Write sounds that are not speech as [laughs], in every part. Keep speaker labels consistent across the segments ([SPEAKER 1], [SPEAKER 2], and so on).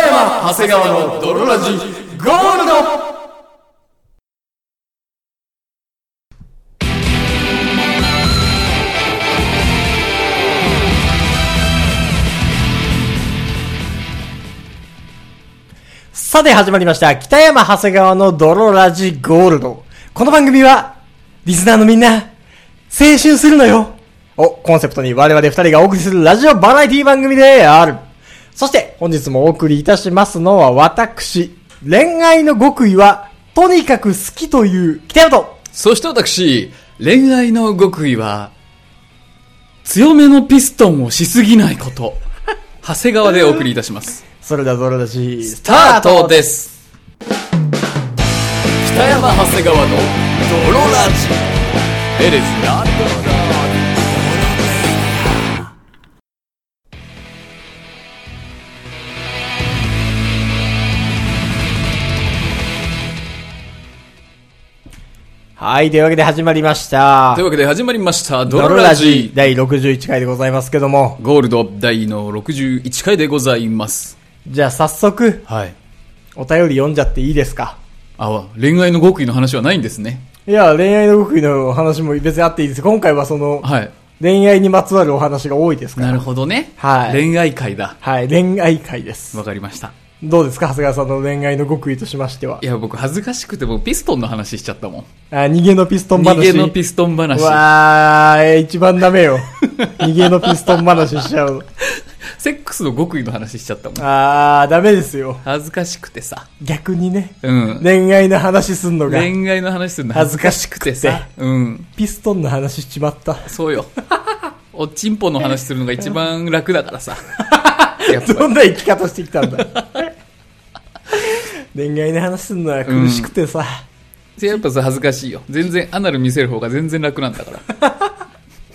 [SPEAKER 1] 長谷川の泥ラジゴールド
[SPEAKER 2] さて始まりました。北山長谷川の泥ラジゴールド。この番組は、リスナーのみんな、青春するのよをコンセプトに我々二人がお送りするラジオバラエティ番組である。そして本日もお送りいたしますのは私、恋愛の極意は、とにかく好きという北山と、
[SPEAKER 1] そして私、恋愛の極意は、強めのピストンをしすぎないこと。長谷川でお送りいたします。
[SPEAKER 2] それでは泥ラジ、
[SPEAKER 1] ス
[SPEAKER 2] ス
[SPEAKER 1] タート
[SPEAKER 2] で
[SPEAKER 1] です。北山長谷川の泥ラジ。It is not
[SPEAKER 2] はい、というわけで始まりました
[SPEAKER 1] という。わけで始まりました、
[SPEAKER 2] 泥
[SPEAKER 1] 泥ラ
[SPEAKER 2] ラ
[SPEAKER 1] ジ
[SPEAKER 2] ジ。第61回でございますけども、
[SPEAKER 1] ゴールド第の61回でございます。
[SPEAKER 2] じゃあ早速、
[SPEAKER 1] はい。
[SPEAKER 2] お便り読んじゃっていいですか
[SPEAKER 1] あ、恋愛の極意の話はないんですね。
[SPEAKER 2] いや、恋愛の極意の話も別にあっていいです。今回はその、
[SPEAKER 1] はい。
[SPEAKER 2] 恋愛にまつわるお話が多いですから。
[SPEAKER 1] なるほどね。
[SPEAKER 2] はい
[SPEAKER 1] 恋愛会だ。
[SPEAKER 2] はい、恋愛会です
[SPEAKER 1] わ。かりました。。
[SPEAKER 2] どうですか長谷川さんの恋愛の極意としましてはい
[SPEAKER 1] や、僕恥ずかしくてもうピストンの話しちゃったもん。
[SPEAKER 2] あ、逃げのピストン話。
[SPEAKER 1] 逃げのピストン話。
[SPEAKER 2] わー、えー一番ダ
[SPEAKER 1] [laughs]
[SPEAKER 2] メよ。逃げのピストン話しちゃう。
[SPEAKER 1] セックスの極意の話しちゃったもん。
[SPEAKER 2] あー、ダメですよ。
[SPEAKER 1] 恥ずかしくてさ。
[SPEAKER 2] 逆にね、
[SPEAKER 1] うん。
[SPEAKER 2] 恋愛の話すんのが、
[SPEAKER 1] 恋愛の話するの恥
[SPEAKER 2] 恥
[SPEAKER 1] ず
[SPEAKER 2] ず
[SPEAKER 1] か
[SPEAKER 2] か
[SPEAKER 1] し
[SPEAKER 2] し
[SPEAKER 1] く
[SPEAKER 2] く
[SPEAKER 1] て
[SPEAKER 2] て
[SPEAKER 1] さ。うん。
[SPEAKER 2] ピストンの話しちまった。
[SPEAKER 1] そうよ。 [laughs] おちんぽの話するのが一番楽だか
[SPEAKER 2] [laughs]
[SPEAKER 1] らさ。やっぱり
[SPEAKER 2] どんな生き方してきたんだ [laughs] 恋愛の話すんのは苦しくてさ、
[SPEAKER 1] それやっぱさ恥ずかしいよ全然アナル見せる方が全然楽なんだから [laughs]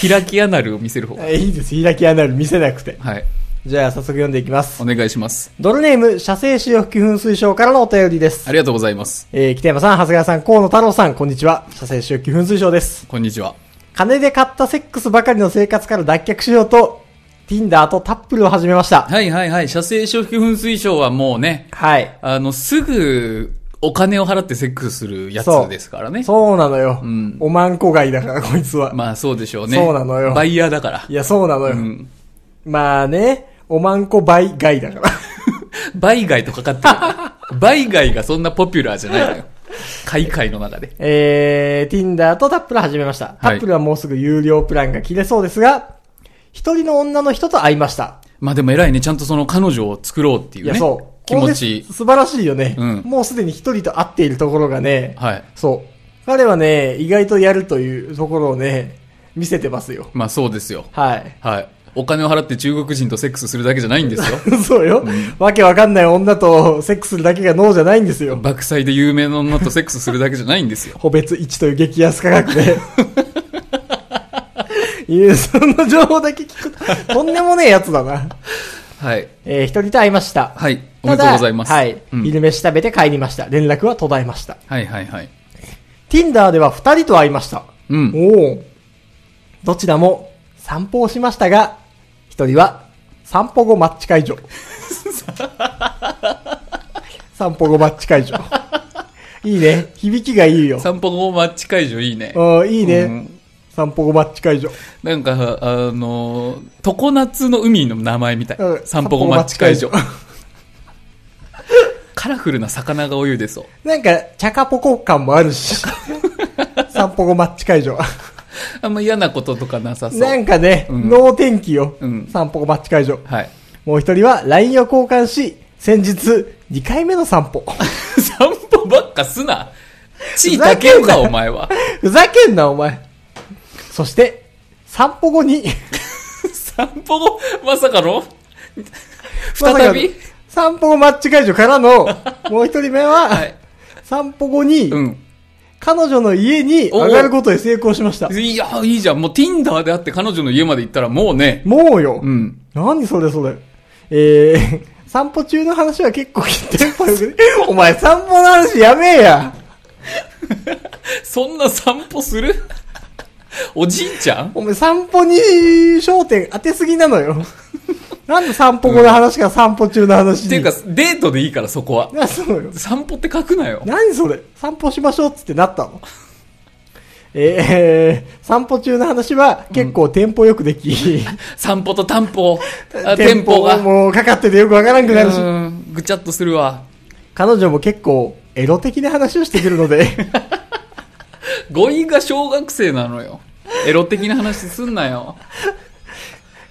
[SPEAKER 1] 開きアナルを見せる方が
[SPEAKER 2] えいいです開きアナル見せなくて
[SPEAKER 1] はい
[SPEAKER 2] じゃあ早速読んでいきます
[SPEAKER 1] お願いします
[SPEAKER 2] ドルネーム射精使用吹き粉推奨からのお便りです
[SPEAKER 1] ありがとうございます
[SPEAKER 2] えー、北山さん長谷川さん河野太郎さんこんにちは射精使用吹き粉推奨です
[SPEAKER 1] こんにちは
[SPEAKER 2] 金で買ったセックスばかりの生活から脱却しようと Tinder とタップルを始めました
[SPEAKER 1] はいはいはい射精消費粉水賞はもうね
[SPEAKER 2] はい
[SPEAKER 1] あのすぐお金を払ってセックスするやつ
[SPEAKER 2] そう
[SPEAKER 1] ですからね
[SPEAKER 2] そうなのよ、
[SPEAKER 1] ん
[SPEAKER 2] おまんこ買いだからこいつは、
[SPEAKER 1] まあそうでしょうね
[SPEAKER 2] そうなのよ
[SPEAKER 1] バイヤーだから
[SPEAKER 2] いやそうなのよ、
[SPEAKER 1] うん
[SPEAKER 2] まあねおまんこ倍買いだから [laughs]
[SPEAKER 1] 売買とかかってる売買がそんなポピュラーじゃないのよ海外の中で
[SPEAKER 2] えー、Tinder とタップル始めました。タップルはもうすぐ有料プランが切れそうですが、一人の女の人と会いました。
[SPEAKER 1] まあでも偉いねちゃんとその彼女を作ろうっていう
[SPEAKER 2] い
[SPEAKER 1] ね
[SPEAKER 2] や、そう。
[SPEAKER 1] 気持ちいい
[SPEAKER 2] これね素晴らしいよね。
[SPEAKER 1] うん
[SPEAKER 2] もうすでに一人と会っているところがね、
[SPEAKER 1] はい
[SPEAKER 2] そう。彼はね、意外とやるというところをね、見せてますよ。
[SPEAKER 1] まあそうですよ。
[SPEAKER 2] はい。 [laughs]
[SPEAKER 1] はい。お金を払って中国人とセックスするだけじゃないんですよ。
[SPEAKER 2] そうよ、わけわかんない女とセックスするだけが脳じゃないんですよ。
[SPEAKER 1] 爆災で有名な女とセックスするだけじゃないんですよ。
[SPEAKER 2] 個別1という激安価格で。 [laughs] いや、その情報だけ聞くと、とんでもねえやつだな。
[SPEAKER 1] はい。
[SPEAKER 2] えー一人と会いました。
[SPEAKER 1] はい。お
[SPEAKER 2] ただ
[SPEAKER 1] めでとうございます。
[SPEAKER 2] はい。
[SPEAKER 1] うん
[SPEAKER 2] 昼飯食べて帰りました。連絡は途絶えました。
[SPEAKER 1] はいはいはい。
[SPEAKER 2] Tinder では二人と会いました。
[SPEAKER 1] うん。
[SPEAKER 2] おお。どちらも散歩をしましたが、一人は散歩後マッチ解
[SPEAKER 1] [laughs]
[SPEAKER 2] 除。散歩後マッチ解除。いいね。響きがいいよ。
[SPEAKER 1] [laughs] 散歩後マッチ会場いいね。
[SPEAKER 2] あーいいね、
[SPEAKER 1] うん
[SPEAKER 2] 散歩後マッチ解除。
[SPEAKER 1] なんか、あのー、常夏の海の名前みたい
[SPEAKER 2] うん。
[SPEAKER 1] 散歩後マッチ会場
[SPEAKER 2] 散歩。
[SPEAKER 1] [laughs] カラフルな魚が泳いでそう。
[SPEAKER 2] なんか、チャカポコ感もある
[SPEAKER 1] [laughs]
[SPEAKER 2] し。散歩後マッチ解除。
[SPEAKER 1] あんま嫌なこととかなさそう。
[SPEAKER 2] なんかね、
[SPEAKER 1] うん
[SPEAKER 2] 脳天気よ。
[SPEAKER 1] うん
[SPEAKER 2] 散歩後マッチ解除。
[SPEAKER 1] はい。 [laughs]
[SPEAKER 2] もう一人は LINE を交換し、先日、2回目の散歩。
[SPEAKER 1] 散歩ばっかすな。地位だけ
[SPEAKER 2] ふざけん
[SPEAKER 1] か、
[SPEAKER 2] な
[SPEAKER 1] お前は。
[SPEAKER 2] [laughs] ふざけんな、お前。そして、散歩後
[SPEAKER 1] [laughs]
[SPEAKER 2] に、
[SPEAKER 1] 散歩後、まさかの
[SPEAKER 2] まさ
[SPEAKER 1] 再
[SPEAKER 2] か
[SPEAKER 1] び、
[SPEAKER 2] 散歩後マッチ解除から
[SPEAKER 1] [laughs]
[SPEAKER 2] の、もう一人目は、
[SPEAKER 1] はい。
[SPEAKER 2] 散歩後に、
[SPEAKER 1] うん。
[SPEAKER 2] 彼女の家に上がることに成功しました。
[SPEAKER 1] いや、いいじゃん。もう Tinder であって彼女の家まで行ったらもうね。
[SPEAKER 2] もうよ。
[SPEAKER 1] うん。
[SPEAKER 2] 何それそれ。えー、 [laughs] 散歩中の話は結構テンポよくね。
[SPEAKER 1] [laughs]
[SPEAKER 2] お前散歩の話やめえや。
[SPEAKER 1] そんな散歩する [laughs] おじいちゃん [laughs]
[SPEAKER 2] お前散歩に焦点当てすぎなのよ。なんで散歩後の話が散歩中の話に
[SPEAKER 1] っていうか、デートでいいから、そこは。
[SPEAKER 2] な、そうよ。
[SPEAKER 1] 散歩って書くなよ。
[SPEAKER 2] 何それ散歩しましょうっつってなったのえー、 [laughs] 散歩中の話は結構テンポよくでき、
[SPEAKER 1] 散歩と担保、 [laughs]
[SPEAKER 2] [laughs]
[SPEAKER 1] あ店舗が。
[SPEAKER 2] もうかかっててよくわからんくなるし、
[SPEAKER 1] うんぐちゃっとするわ。
[SPEAKER 2] 彼女も結構エロ的な話をしてくるので、
[SPEAKER 1] [laughs] 語彙が小学生なのよ。エロ的な話すんなよ。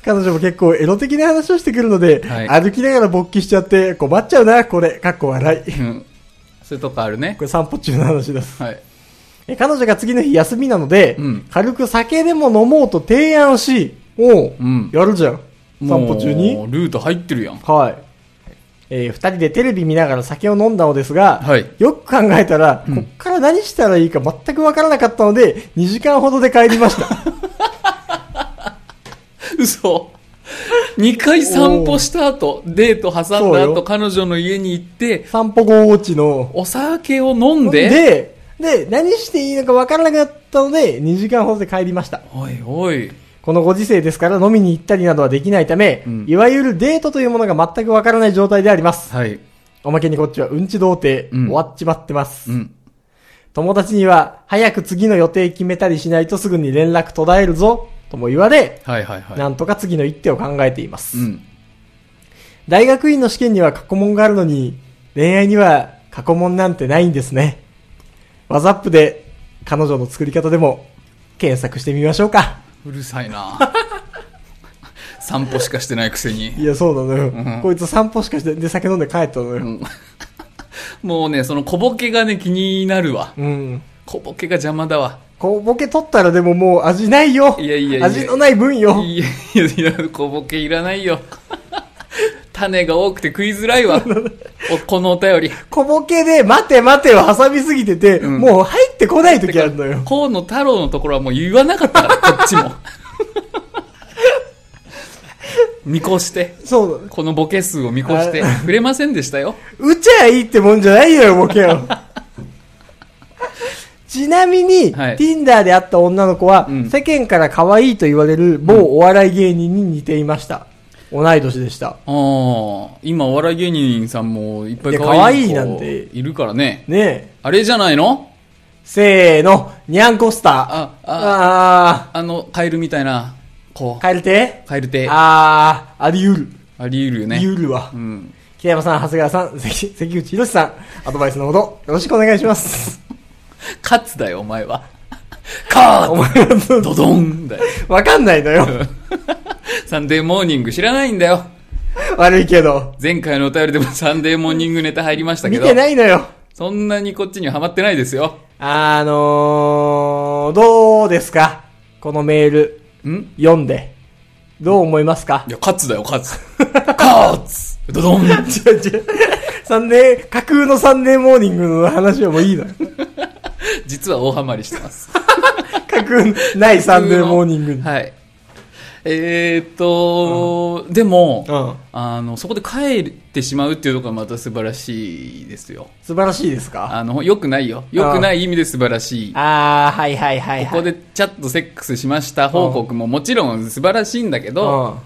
[SPEAKER 2] 彼女も結構エロ的な話をしてくるので、
[SPEAKER 1] はい
[SPEAKER 2] 歩きながら勃起しちゃって困っちゃうな、これ、かっこ笑い。 [laughs]
[SPEAKER 1] うん。そういうとこあるね
[SPEAKER 2] こ。れ散歩中の話です。
[SPEAKER 1] はい。
[SPEAKER 2] え彼女が次の日休みなので、
[SPEAKER 1] うん
[SPEAKER 2] 軽く酒でも飲もうと提案し、おう、
[SPEAKER 1] うん
[SPEAKER 2] やるじゃん。散歩中に
[SPEAKER 1] もうルート入ってるやん。
[SPEAKER 2] はい。えー二人でテレビ見ながら酒を飲んだのですが、
[SPEAKER 1] はい
[SPEAKER 2] よく考えたら、
[SPEAKER 1] うん
[SPEAKER 2] こっから何したらいいか全くわからなかったので、2時間ほどで帰りま
[SPEAKER 1] [laughs]
[SPEAKER 2] した。
[SPEAKER 1] 嘘。2回散歩した後、デート挟ん
[SPEAKER 2] そう
[SPEAKER 1] だ
[SPEAKER 2] よ
[SPEAKER 1] 後、彼女の家に行って、
[SPEAKER 2] 散歩後落ちの。
[SPEAKER 1] お酒を飲んで、
[SPEAKER 2] で、で何していいのかわからなかったので、2時間ほどで帰りました。
[SPEAKER 1] おいおい、
[SPEAKER 2] このご時世ですから飲みに行ったりなどはできないため、
[SPEAKER 1] うん
[SPEAKER 2] いわゆるデートというものが全くわからない状態であります。
[SPEAKER 1] はい、
[SPEAKER 2] おまけにこっちはうんち童貞、
[SPEAKER 1] うん
[SPEAKER 2] 終わっちまってます。
[SPEAKER 1] うん、
[SPEAKER 2] 友達には、早く次の予定決めたりしないとすぐに連絡途絶えるぞ、とも言われ、
[SPEAKER 1] はいはいはい。
[SPEAKER 2] なんとか次の一手を考えていま
[SPEAKER 1] う
[SPEAKER 2] す。
[SPEAKER 1] ん、
[SPEAKER 2] 大学院の試験には過去問があるのに、恋愛には過去問なんてないんですね。ワザップで彼女の作り方でも検索してみましょうか。
[SPEAKER 1] うるさいな [laughs] 散歩しかしてないくせに。
[SPEAKER 2] いや、そうなのよ。
[SPEAKER 1] うん
[SPEAKER 2] こいつ散歩しかして、で酒飲んで帰ったの
[SPEAKER 1] う
[SPEAKER 2] よ。
[SPEAKER 1] ん、もうね、その小ボケがね、気になるわ。
[SPEAKER 2] うん。
[SPEAKER 1] 小ボケが邪魔だわ。
[SPEAKER 2] こう、ボケ取ったらでももう味ないよ。
[SPEAKER 1] いやいやいや
[SPEAKER 2] 味のない分よ。
[SPEAKER 1] いやいやいや、小ボケいらないよ。種が多くて食いづらいわ。おこのお便り。
[SPEAKER 2] 小ボケで、待て待てを挟みすぎてて、
[SPEAKER 1] うん
[SPEAKER 2] もう入ってこない時あるのよ。
[SPEAKER 1] 河野太郎のところはもう言わなかったから、こっちも。見越して。
[SPEAKER 2] そう。
[SPEAKER 1] このボケ数を見越して
[SPEAKER 2] あ、
[SPEAKER 1] 触れませんでしたよ。
[SPEAKER 2] 打ちゃいいってもんじゃないよ、ボケを。
[SPEAKER 1] [laughs]
[SPEAKER 2] ちなみに、
[SPEAKER 1] はい
[SPEAKER 2] Tinder で会った女の子は、
[SPEAKER 1] うん
[SPEAKER 2] 世間から可愛いと言われる某お笑い芸人に似ていました。同い年でした。
[SPEAKER 1] ああ、今お笑い芸人さんもいっぱい
[SPEAKER 2] いや
[SPEAKER 1] 可愛い子
[SPEAKER 2] 可愛いなんて
[SPEAKER 1] いるからね。
[SPEAKER 2] ねえ。
[SPEAKER 1] あれじゃないの
[SPEAKER 2] せーの、にゃんこスター。
[SPEAKER 1] あ
[SPEAKER 2] あ
[SPEAKER 1] あの、カエルみたいな子
[SPEAKER 2] ー。。カエルて
[SPEAKER 1] カエル亭。あ
[SPEAKER 2] あー、あり得る。
[SPEAKER 1] り得るよね。
[SPEAKER 2] り得るわ
[SPEAKER 1] う。ん。
[SPEAKER 2] 北山さん、長谷川さん、関関口博さん、アドバイスのほど、よろしくお願いします。
[SPEAKER 1] カツだよ、お前は。カ
[SPEAKER 2] お
[SPEAKER 1] ー
[SPEAKER 2] 前は
[SPEAKER 1] ドドンだよ。 [laughs]
[SPEAKER 2] わかんないのよ。
[SPEAKER 1] サンデーモーニング知らないんだよ。
[SPEAKER 2] 悪いけど。
[SPEAKER 1] 前回のお便りでもサンデーモーニングネタ入りましたけ
[SPEAKER 2] 見
[SPEAKER 1] ど。
[SPEAKER 2] てないのよ。
[SPEAKER 1] そんなにこっちにはハマってないですよ。
[SPEAKER 2] あのー、どうですかこのメール、
[SPEAKER 1] ん
[SPEAKER 2] 読んで。どう思いますか [laughs]
[SPEAKER 1] いや、カツだよ、カツ。カツドドン
[SPEAKER 2] 違う違う。三年、架空の三年モーニングの話はもういいのよ。 [laughs]
[SPEAKER 1] 実は大ハマりしてます。
[SPEAKER 2] 架空ない三年モーニングに。
[SPEAKER 1] はい。えーっと、でも、
[SPEAKER 2] うん
[SPEAKER 1] あの、そこで帰ってしまうっていうところがまた素晴らしいですよ。
[SPEAKER 2] 素晴らしいですか
[SPEAKER 1] あの、良くないよ。良くない意味で素晴らしい。
[SPEAKER 2] あー、はいはいはいはい。
[SPEAKER 1] ここでチャットセックスしました報告ももちろん素晴らしいんだけ
[SPEAKER 2] うん、
[SPEAKER 1] ど、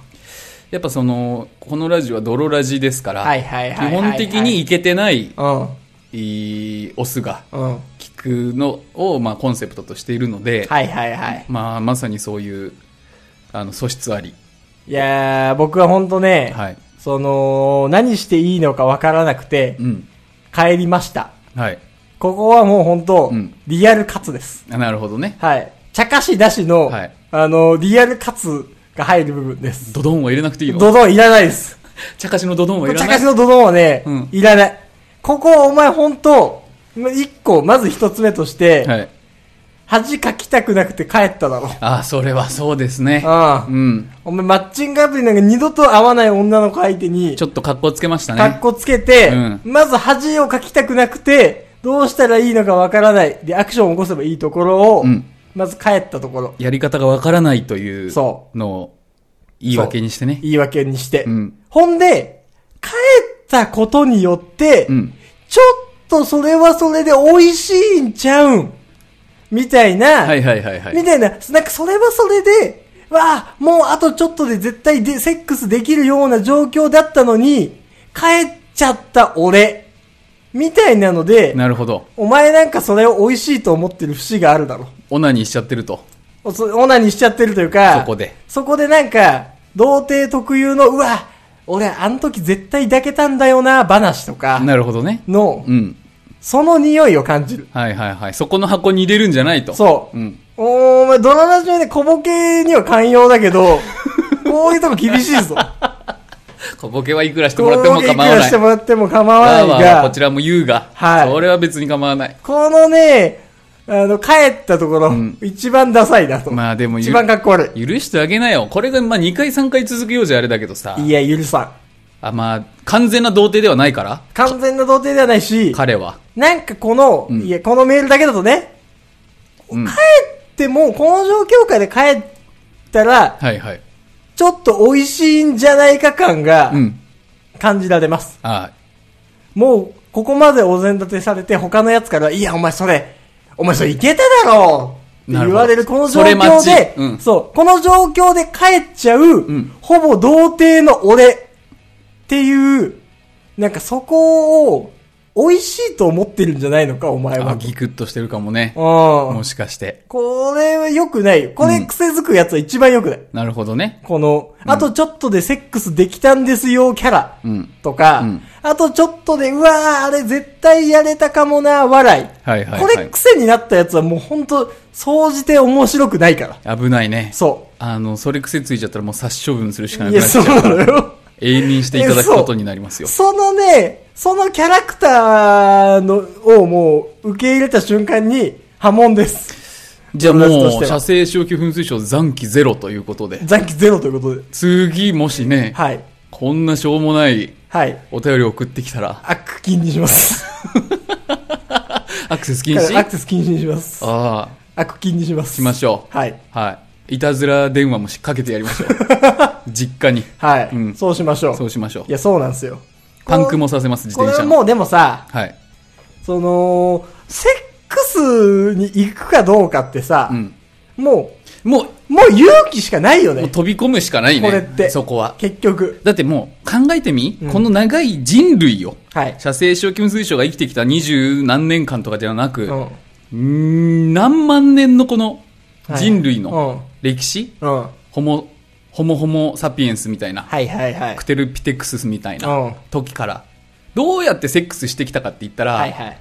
[SPEAKER 1] やっぱその、このラジオは泥ラジですから、
[SPEAKER 2] はいはいはいはい
[SPEAKER 1] 基
[SPEAKER 2] はい
[SPEAKER 1] 本的にいけてない、
[SPEAKER 2] う
[SPEAKER 1] いいオスが
[SPEAKER 2] ん、うん。
[SPEAKER 1] 聞くのを、まあ、コンセプトとしているので、
[SPEAKER 2] はいはいはい。
[SPEAKER 1] まあ、まさにそういう、あの、素質あり。
[SPEAKER 2] いやー、僕はほんとね、
[SPEAKER 1] はい。
[SPEAKER 2] その、何していいのかわからなくて
[SPEAKER 1] う、ん。
[SPEAKER 2] 帰りました。
[SPEAKER 1] はい。
[SPEAKER 2] ここはもうほんと
[SPEAKER 1] うん、
[SPEAKER 2] リアルカツです。
[SPEAKER 1] あなるほどね。
[SPEAKER 2] はい。茶化しだしの、
[SPEAKER 1] はい
[SPEAKER 2] あの、リアルカツが入る部分です。
[SPEAKER 1] ドドンは入れなくていいの
[SPEAKER 2] ドドンいらないです。
[SPEAKER 1] 茶化しのドドンはいら
[SPEAKER 2] 茶
[SPEAKER 1] な
[SPEAKER 2] 化
[SPEAKER 1] い
[SPEAKER 2] しのドドンはね、
[SPEAKER 1] うん
[SPEAKER 2] いらない。ここお前ほんと、ま一個、まず一つ目として、
[SPEAKER 1] はい。
[SPEAKER 2] 恥かきたくなくて帰っただろ。
[SPEAKER 1] ああ、それはそうですね。
[SPEAKER 2] ああ
[SPEAKER 1] うん。
[SPEAKER 2] お前マッチングアプリなんか二度と会わない女の子相手に
[SPEAKER 1] ち、ょっと格好つけましたね。
[SPEAKER 2] 格好つけて、
[SPEAKER 1] うん
[SPEAKER 2] まず恥をかきたくなくて、どうしたらいいのかわからない。で、アクションを起こせばいいところを、
[SPEAKER 1] うん
[SPEAKER 2] まず帰ったところ、
[SPEAKER 1] やり方がわからないという
[SPEAKER 2] そ
[SPEAKER 1] のを言い訳にしてね。
[SPEAKER 2] 言い訳にして。
[SPEAKER 1] うん
[SPEAKER 2] ほんで、帰ったことによって、
[SPEAKER 1] うん。
[SPEAKER 2] ちょっとそれはそれで美味しいんちゃうんみたいな、
[SPEAKER 1] はいはいはいは
[SPEAKER 2] み
[SPEAKER 1] い。
[SPEAKER 2] たいな、なんかそれはそれで、わあ、もうあとちょっとで絶対で、セックスできるような状況だったのに、帰っちゃった俺、みたいなので、
[SPEAKER 1] なるほど。
[SPEAKER 2] お前なんかそれを美味しいと思ってる節があるだろ。
[SPEAKER 1] オナニーしちゃってると。
[SPEAKER 2] おそオナにしちゃってるというか、
[SPEAKER 1] そこで。
[SPEAKER 2] そこでなんか、童貞特有の、うわ、俺あの時絶対抱けたんだよな、話とか、
[SPEAKER 1] なるほどね。
[SPEAKER 2] の、
[SPEAKER 1] うん。
[SPEAKER 2] その匂いを感じる。
[SPEAKER 1] はいはいはい。そこの箱に入れるんじゃないと。
[SPEAKER 2] そう。
[SPEAKER 1] うん。
[SPEAKER 2] お前、ドララジオで小ボケには寛容だけ
[SPEAKER 1] [laughs]
[SPEAKER 2] ど、こういうとこ厳しいぞ。
[SPEAKER 1] 小ボケはいくらして
[SPEAKER 2] こ
[SPEAKER 1] [laughs] も
[SPEAKER 2] う
[SPEAKER 1] らっても構わ
[SPEAKER 2] いくら
[SPEAKER 1] な
[SPEAKER 2] し
[SPEAKER 1] い。
[SPEAKER 2] てもらっても構
[SPEAKER 1] わ
[SPEAKER 2] わ
[SPEAKER 1] あ
[SPEAKER 2] な
[SPEAKER 1] わ
[SPEAKER 2] い
[SPEAKER 1] あこ
[SPEAKER 2] が
[SPEAKER 1] ち、らも言うが。
[SPEAKER 2] はい
[SPEAKER 1] それは別に構わない。
[SPEAKER 2] このね、あの、帰ったところ、
[SPEAKER 1] ん
[SPEAKER 2] 一番ダサいなと。
[SPEAKER 1] まあでもゆ
[SPEAKER 2] 一番かっこ悪
[SPEAKER 1] 許してあげなよ。これがまあ2回3回続くようじゃあれだけどさ
[SPEAKER 2] い。。いや、許さん。
[SPEAKER 1] あ、まあ、完全な童貞ではないから。
[SPEAKER 2] 完全な童貞ではないし、
[SPEAKER 1] 彼は。
[SPEAKER 2] なんかこの、
[SPEAKER 1] うん
[SPEAKER 2] いや、このメールだけだとね、
[SPEAKER 1] うん。は
[SPEAKER 2] でも、この状況下で帰ったら、
[SPEAKER 1] いはい。
[SPEAKER 2] ちょっと美味しいんじゃないか感が
[SPEAKER 1] うん。
[SPEAKER 2] 感じられます。
[SPEAKER 1] あ
[SPEAKER 2] もう、ここまでお膳立てされて、他のやつから、いや、お前それ、お前それいけただろうって言われる、
[SPEAKER 1] なるほ
[SPEAKER 2] この
[SPEAKER 1] ど
[SPEAKER 2] 状況
[SPEAKER 1] それ待
[SPEAKER 2] で
[SPEAKER 1] ち、うん
[SPEAKER 2] そう、この状況で帰っちゃう、
[SPEAKER 1] ん
[SPEAKER 2] ほぼ童貞の俺っていう、なんかそこを、美味しいと思ってるんじゃないのか、お前
[SPEAKER 1] あ、
[SPEAKER 2] は。
[SPEAKER 1] ギクッとしてるかもね。
[SPEAKER 2] う
[SPEAKER 1] も
[SPEAKER 2] ん。
[SPEAKER 1] しかして。
[SPEAKER 2] これは良くないよ。これ癖づくやつは一番良くない。
[SPEAKER 1] なるほどね。
[SPEAKER 2] この、あとちょっとでセックスできたんですよ、キャラ。
[SPEAKER 1] うん。
[SPEAKER 2] とか、
[SPEAKER 1] うん
[SPEAKER 2] あとちょっとで、うわー、あれ絶対やれたかもな、笑い。
[SPEAKER 1] はいはい、
[SPEAKER 2] こ
[SPEAKER 1] はい。
[SPEAKER 2] れ癖になったやつはもうほんと、総じて面白くないから。
[SPEAKER 1] 危ないね。
[SPEAKER 2] そ
[SPEAKER 1] あの、それ癖ついちゃったらもう殺処分するしか
[SPEAKER 2] う。
[SPEAKER 1] ないくな
[SPEAKER 2] や、
[SPEAKER 1] っち
[SPEAKER 2] そ
[SPEAKER 1] ゃ
[SPEAKER 2] う
[SPEAKER 1] うか
[SPEAKER 2] な
[SPEAKER 1] ら
[SPEAKER 2] のよ。
[SPEAKER 1] 永遠にしていただくことになりますよ。
[SPEAKER 2] そのね、そのキャラクターのをもう受け入れた瞬間に波紋です。
[SPEAKER 1] じゃあ
[SPEAKER 2] 友達
[SPEAKER 1] も
[SPEAKER 2] と
[SPEAKER 1] う、
[SPEAKER 2] して
[SPEAKER 1] 射
[SPEAKER 2] は
[SPEAKER 1] 精消去噴水症残機ゼロということで。
[SPEAKER 2] 残機ゼロということで。
[SPEAKER 1] 次、もしね、
[SPEAKER 2] はい。
[SPEAKER 1] こんなしょうもない
[SPEAKER 2] はい。
[SPEAKER 1] お便り送ってきたら、
[SPEAKER 2] アク禁にします。
[SPEAKER 1] アクセス
[SPEAKER 2] [laughs]
[SPEAKER 1] 禁止
[SPEAKER 2] アクセス禁止にします。
[SPEAKER 1] ああ、
[SPEAKER 2] アク禁にします。
[SPEAKER 1] しましょう。
[SPEAKER 2] はい。
[SPEAKER 1] はい。いたずら電話もしかけてやりましょう。
[SPEAKER 2] [laughs]
[SPEAKER 1] 実家に。
[SPEAKER 2] はい、
[SPEAKER 1] うん
[SPEAKER 2] そうしましょう。
[SPEAKER 1] そうしましょ。
[SPEAKER 2] いうや、そうなんですよ。
[SPEAKER 1] パンクもさせます、自
[SPEAKER 2] これ
[SPEAKER 1] 転
[SPEAKER 2] は
[SPEAKER 1] 車の。
[SPEAKER 2] もうでもさ、
[SPEAKER 1] はい。
[SPEAKER 2] その、セックスに行くかどうかってさ、
[SPEAKER 1] うん。
[SPEAKER 2] も
[SPEAKER 1] もう、
[SPEAKER 2] う、もう勇気しかないよ
[SPEAKER 1] もう
[SPEAKER 2] ね。
[SPEAKER 1] 飛び込むしかないね。
[SPEAKER 2] これって
[SPEAKER 1] そこは。
[SPEAKER 2] 結局。
[SPEAKER 1] だってもう、考えてみ、
[SPEAKER 2] うん
[SPEAKER 1] この長い人類よ。
[SPEAKER 2] はい。
[SPEAKER 1] 射精小金水晶が生きてきた二十何年間とかではなく、
[SPEAKER 2] うん。
[SPEAKER 1] うーん何万年のこの
[SPEAKER 2] はい
[SPEAKER 1] 人類の歴史、
[SPEAKER 2] うん。うん。
[SPEAKER 1] ホモ、ホモホモサピエンスみたいな、
[SPEAKER 2] はいはいはい。
[SPEAKER 1] ク。テルピテクスみたいうなん時から、どうやってセックスしてきたかって言ったら、
[SPEAKER 2] はいはい。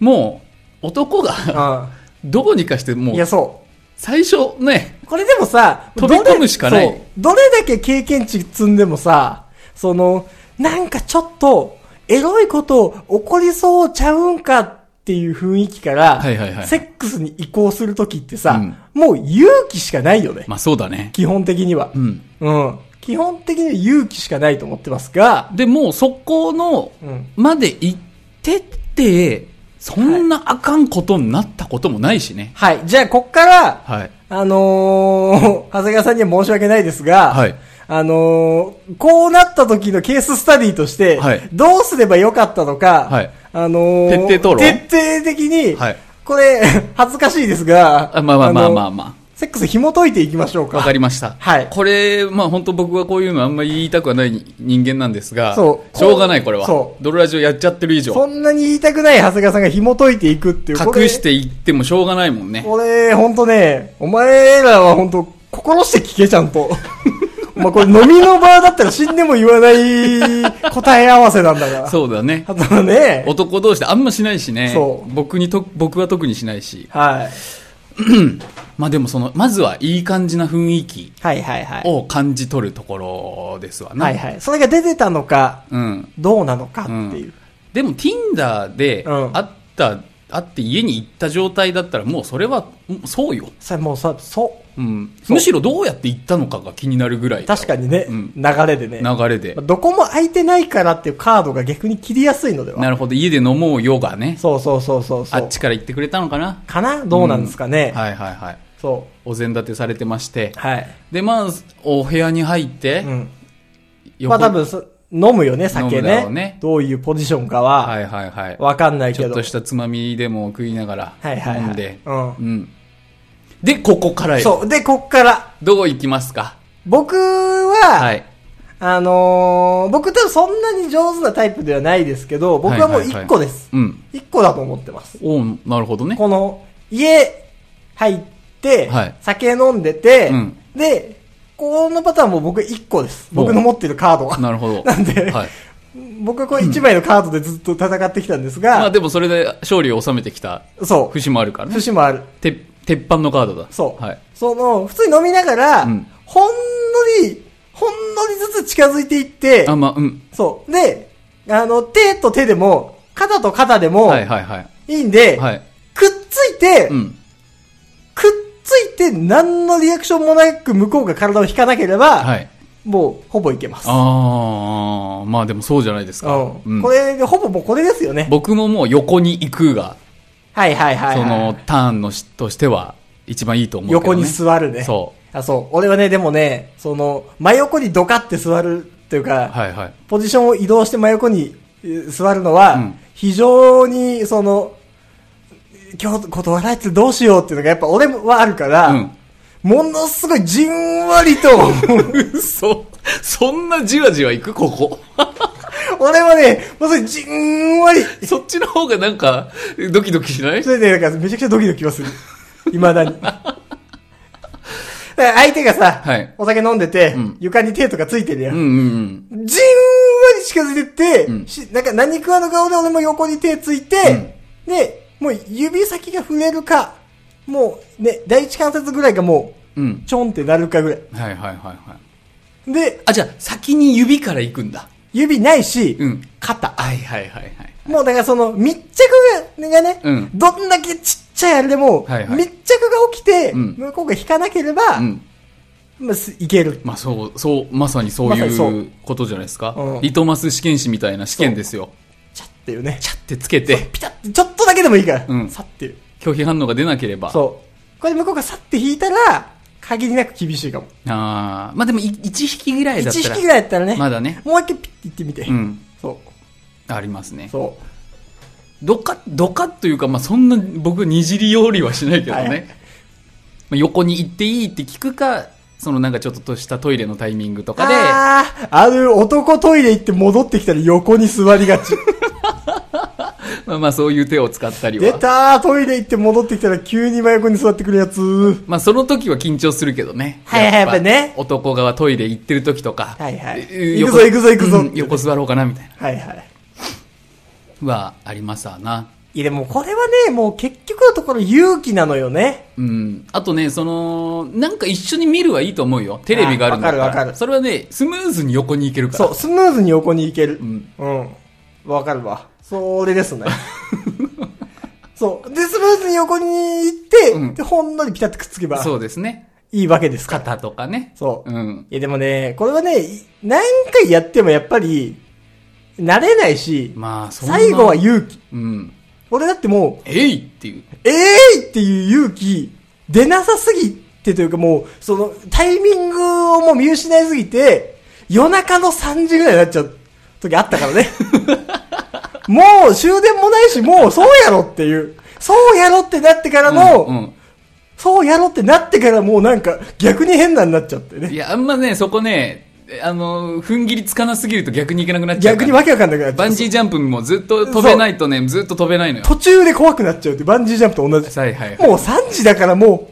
[SPEAKER 1] もう男 [laughs] がどうにかして
[SPEAKER 2] う
[SPEAKER 1] も
[SPEAKER 2] ん。いや、
[SPEAKER 1] う
[SPEAKER 2] そ
[SPEAKER 1] 最初ね、
[SPEAKER 2] う。これでもさ、
[SPEAKER 1] 飛び込む
[SPEAKER 2] どれ
[SPEAKER 1] しかない
[SPEAKER 2] そうどれだけ経験値積んでもさ、その、なんかちょっと、エロいこと起こりそうちゃうんかっていう雰囲気から、
[SPEAKER 1] はいはいはい
[SPEAKER 2] セックスに移行するときってさ、
[SPEAKER 1] うん
[SPEAKER 2] もう勇気しかないよね。
[SPEAKER 1] まあそうだね。
[SPEAKER 2] 基本的には
[SPEAKER 1] う。ん。
[SPEAKER 2] うん。基本的には勇気しかないと思ってますが、
[SPEAKER 1] で、もうそこの、
[SPEAKER 2] うん。
[SPEAKER 1] まで行ってって、そんなあかんことになったこともないしね。
[SPEAKER 2] はい。じゃあ、こっから、
[SPEAKER 1] はい。
[SPEAKER 2] あのー、長谷川さんには申し訳ないですが、
[SPEAKER 1] はい
[SPEAKER 2] あのー、こうなった時のケーススタディとして、
[SPEAKER 1] はい
[SPEAKER 2] どうすればよかったのか、
[SPEAKER 1] はい
[SPEAKER 2] あのー、
[SPEAKER 1] 徹底討論
[SPEAKER 2] 徹底的に、
[SPEAKER 1] はい
[SPEAKER 2] これ、 [laughs] 恥ずかしいですが、
[SPEAKER 1] あまあまあまあ
[SPEAKER 2] の
[SPEAKER 1] まあま
[SPEAKER 2] セックス紐解いていきましょう
[SPEAKER 1] あ。わか
[SPEAKER 2] か。
[SPEAKER 1] りました。
[SPEAKER 2] はい
[SPEAKER 1] これ、まあ本当僕はこういうのあんまり言いたくはない人間なんですが、
[SPEAKER 2] そう
[SPEAKER 1] しょうがないこれは。
[SPEAKER 2] そう
[SPEAKER 1] ドロラジオやっちゃってる以上、
[SPEAKER 2] そんなに言いたくない長谷川さんが紐解いていくっていう。これ
[SPEAKER 1] 隠していってもしょうがないもんね。
[SPEAKER 2] 俺、ほんとね、お前らはほんと、心して聞け、ちゃんと。 [laughs] お前これ飲みの場だったら死んでも言わない答え合わせなんだから。
[SPEAKER 1] そうだね。
[SPEAKER 2] あとはね、
[SPEAKER 1] 男同士であんましないしね。
[SPEAKER 2] そう
[SPEAKER 1] 僕にと、僕は特にしないし。
[SPEAKER 2] はい。
[SPEAKER 1] まあでもその、まずはいい感じな雰囲気
[SPEAKER 2] はいはいはい。
[SPEAKER 1] を感じ取るところですわね。
[SPEAKER 2] はいはい。それが出てたのか、
[SPEAKER 1] うん。
[SPEAKER 2] どうなのかっていう。
[SPEAKER 1] でも Tinder で
[SPEAKER 2] うん
[SPEAKER 1] 会った、会って家に行った状態だったらもうそれはもうそうよ、
[SPEAKER 2] それもうさ、そ
[SPEAKER 1] うん、
[SPEAKER 2] そう
[SPEAKER 1] むしろどうやって行ったのかが気になるぐら
[SPEAKER 2] う。
[SPEAKER 1] い
[SPEAKER 2] 確かにね、
[SPEAKER 1] うん
[SPEAKER 2] 流れでね。
[SPEAKER 1] 流れで
[SPEAKER 2] まあどこも空いてないからっていうカードが逆に切りやすいので
[SPEAKER 1] な
[SPEAKER 2] は。
[SPEAKER 1] るほど家で飲もうよがね
[SPEAKER 2] そうそうそうそうそ
[SPEAKER 1] あ
[SPEAKER 2] う。
[SPEAKER 1] っちから行ってくれたのかな
[SPEAKER 2] かなどうなんですかね。
[SPEAKER 1] はいはいはい
[SPEAKER 2] そ
[SPEAKER 1] お膳立てされてまして
[SPEAKER 2] う。はい。
[SPEAKER 1] でまあお部屋に入って、
[SPEAKER 2] うん。ま
[SPEAKER 1] 横
[SPEAKER 2] あ多分そ、飲むよね、
[SPEAKER 1] 飲
[SPEAKER 2] 酒
[SPEAKER 1] むだ
[SPEAKER 2] ね。
[SPEAKER 1] ろうね
[SPEAKER 2] どういうポジションか
[SPEAKER 1] は
[SPEAKER 2] は、
[SPEAKER 1] いはいはい
[SPEAKER 2] わかんない
[SPEAKER 1] ち
[SPEAKER 2] け
[SPEAKER 1] ょっ
[SPEAKER 2] ど。
[SPEAKER 1] としたつまみでも食いながら
[SPEAKER 2] はいはいはい
[SPEAKER 1] 飲んで、
[SPEAKER 2] うん
[SPEAKER 1] うんで、ここからよ。
[SPEAKER 2] そう。で、こっから。
[SPEAKER 1] どう行きますか
[SPEAKER 2] 僕は、
[SPEAKER 1] はい。
[SPEAKER 2] あのー、僕多分そんなに上手なタイプではないですけど、僕はもう一個です。
[SPEAKER 1] うん。
[SPEAKER 2] 一個だと思ってます。
[SPEAKER 1] おうなるほどね。
[SPEAKER 2] この、家入って、
[SPEAKER 1] はい
[SPEAKER 2] 酒飲んでて、
[SPEAKER 1] うん
[SPEAKER 2] で、このパターンも僕一個です。僕の持ってるカードが。
[SPEAKER 1] なるほど。
[SPEAKER 2] [laughs] なんで
[SPEAKER 1] はい。
[SPEAKER 2] 僕はこれ一枚のカードでずっと戦ってきたんです
[SPEAKER 1] まあ
[SPEAKER 2] が、
[SPEAKER 1] でもそれで勝利を収めてきた
[SPEAKER 2] そう。
[SPEAKER 1] 節もあるからね。
[SPEAKER 2] 節もある。
[SPEAKER 1] て鉄板のカードだ。
[SPEAKER 2] そう。
[SPEAKER 1] はい。
[SPEAKER 2] その、普通に飲みながら、
[SPEAKER 1] うん
[SPEAKER 2] ほんのり、ほんのりずつ近づいていって
[SPEAKER 1] あ、、まあ、うん。
[SPEAKER 2] そう。で、あの、手と手でも、肩と肩でも
[SPEAKER 1] はい、はいはい。
[SPEAKER 2] いいんで、
[SPEAKER 1] はい。
[SPEAKER 2] くっついて、
[SPEAKER 1] うん。
[SPEAKER 2] くっついて何のリアクションもなく向こうが体を引かなければ、
[SPEAKER 1] はい。
[SPEAKER 2] もうほぼいけます。
[SPEAKER 1] ああ、まあでもそうじゃないですか。
[SPEAKER 2] う
[SPEAKER 1] うん
[SPEAKER 2] ん、これで、ほぼもうこれですよね。
[SPEAKER 1] 僕ももう横に行くが、
[SPEAKER 2] はいはいはい、はい。
[SPEAKER 1] そのターンのしとしては一番いいと思うけど、ね。
[SPEAKER 2] 横に座るね。
[SPEAKER 1] そ
[SPEAKER 2] あ、そう。俺はね、でもね、その、真横にドカって座るっていうか、
[SPEAKER 1] う。はいはい。
[SPEAKER 2] ポジションを移動して真横にえー座るのは、
[SPEAKER 1] うん
[SPEAKER 2] 非常に、その、今日断られてどうしようっていうのがやっぱ俺はあるから、
[SPEAKER 1] うん
[SPEAKER 2] ものすごいじんわりと、 [laughs]
[SPEAKER 1] [laughs] そ、そんなじわじわ行くここ。 [laughs]
[SPEAKER 2] 俺はね、もうそれじんわり、
[SPEAKER 1] そっちの方がなんか、ドキドキしない
[SPEAKER 2] それでなんかめちゃくちゃドキドキはする。未だ
[SPEAKER 1] [laughs]
[SPEAKER 2] に。だから相手がさ、
[SPEAKER 1] はい
[SPEAKER 2] お酒飲んでて、
[SPEAKER 1] うん
[SPEAKER 2] 床に手とかついてるや
[SPEAKER 1] うん
[SPEAKER 2] ん。
[SPEAKER 1] うんうん。
[SPEAKER 2] じんわり近づいてって、
[SPEAKER 1] うん
[SPEAKER 2] しなんか何食わぬ顔で俺も横に手ついて、で、もう指先が触れるか、もうね、第一関節ぐらいがも
[SPEAKER 1] う
[SPEAKER 2] う、
[SPEAKER 1] ん。
[SPEAKER 2] ちょんってなるかぐら
[SPEAKER 1] はいはいはいはい。
[SPEAKER 2] い。で、
[SPEAKER 1] あ、じゃあ先に指から行くんだ。
[SPEAKER 2] 指ないし、
[SPEAKER 1] うん。
[SPEAKER 2] 肩。
[SPEAKER 1] はいはいはいはい。
[SPEAKER 2] もうだからその密着がね、
[SPEAKER 1] うん
[SPEAKER 2] どんだけちっちゃいあれでも、
[SPEAKER 1] はいはい
[SPEAKER 2] 密着が起きて、
[SPEAKER 1] うん
[SPEAKER 2] 向こうが引かなければ、
[SPEAKER 1] うん。
[SPEAKER 2] まあ、すいける。
[SPEAKER 1] まあそう、そう、まさにそう
[SPEAKER 2] まさにそ
[SPEAKER 1] いううことじゃないですか。
[SPEAKER 2] うん
[SPEAKER 1] リトマス試験紙みたいな試験ですよ。
[SPEAKER 2] ちゃっていうね。
[SPEAKER 1] チャッてつけて、
[SPEAKER 2] ピタッて、ちょっとだけでもいいから、
[SPEAKER 1] うん
[SPEAKER 2] さっていう。
[SPEAKER 1] 拒否反応が出なければ。う。
[SPEAKER 2] そう。これで向こうがさって引いたら、限りなく厳しいかも。
[SPEAKER 1] ああ、まあでもい1匹ぐらいだ
[SPEAKER 2] 1
[SPEAKER 1] ったら。
[SPEAKER 2] 匹ぐらいやったらね。
[SPEAKER 1] まだ [laughs] ね。
[SPEAKER 2] もう一回ピッていってみて。
[SPEAKER 1] うん。
[SPEAKER 2] そ
[SPEAKER 1] ありますね
[SPEAKER 2] う。。そ
[SPEAKER 1] どか、どかというか、まあそんな僕にじりよりはしないけど
[SPEAKER 2] はいは
[SPEAKER 1] ね。まあ横に行っていいって聞くか、そのなんかちょっとしたトイレのタイミングと
[SPEAKER 2] う。
[SPEAKER 1] かで、
[SPEAKER 2] あーある男トイレ行って戻ってきたら横に座りがち。
[SPEAKER 1] まあまあそういう手を使ったり
[SPEAKER 2] [laughs] 出
[SPEAKER 1] は。
[SPEAKER 2] たートイレ行って戻ってきたら急に真横に座ってくるやつ。
[SPEAKER 1] まあその時は緊張するけどね。
[SPEAKER 2] はいはいやっぱね
[SPEAKER 1] 男側トイレ行ってる時とか。
[SPEAKER 2] はいはい
[SPEAKER 1] え
[SPEAKER 2] 行くぞ
[SPEAKER 1] 横
[SPEAKER 2] 行くぞ行くぞ
[SPEAKER 1] うん横座ろうかなみたい
[SPEAKER 2] はいはい。
[SPEAKER 1] な。はありますわな。
[SPEAKER 2] いやでもこれはね、もう結局のところ勇気なのよね。
[SPEAKER 1] うん。あとね、その、なんか一緒に見るはいいと思うよ。テレビがあるんだから。
[SPEAKER 2] あわかるわかる
[SPEAKER 1] それはね、スムーズに横に行けるから。
[SPEAKER 2] そう、スムーズに横に行ける。
[SPEAKER 1] ん
[SPEAKER 2] うん。わかるわ。それ
[SPEAKER 1] [laughs]
[SPEAKER 2] ですね。そう。で、スムーズに横に行って、
[SPEAKER 1] うん
[SPEAKER 2] で、ほんのりピタッとくっつけば、
[SPEAKER 1] そうですね。
[SPEAKER 2] いいわけですから。
[SPEAKER 1] 肩とかね。
[SPEAKER 2] そう。
[SPEAKER 1] うん。
[SPEAKER 2] いやでもね、これはね、い何回やってもやっぱり、慣れないし、
[SPEAKER 1] まあ、そんな
[SPEAKER 2] 最後は勇気。
[SPEAKER 1] うん。
[SPEAKER 2] 俺だっても
[SPEAKER 1] えいっていう。
[SPEAKER 2] う、えーいっていう勇気、出なさすぎてというかもう、その、タイミングをもう見失いすぎて、夜中の3時ぐらいになっちゃう時あったから
[SPEAKER 1] [laughs]
[SPEAKER 2] ね。もう終電もないし、もうそうやろっていう。そうやろってなってからの、
[SPEAKER 1] うん
[SPEAKER 2] そうやろってなってからもうなんか逆に変なになっちゃって
[SPEAKER 1] うん。い
[SPEAKER 2] ね。
[SPEAKER 1] や、あんまね、そこね、あの、踏ん切りつかなすぎると逆に行けなくなっちゃう
[SPEAKER 2] 逆
[SPEAKER 1] から。
[SPEAKER 2] にわけわかんなくなっちゃう。
[SPEAKER 1] バンジージャンプもずっと飛べないとね、ずっと飛べないのよ。
[SPEAKER 2] 途中で怖くなっちゃうって、バンジージャンプと同じ。
[SPEAKER 1] はいはいはい。
[SPEAKER 2] もう3時だからも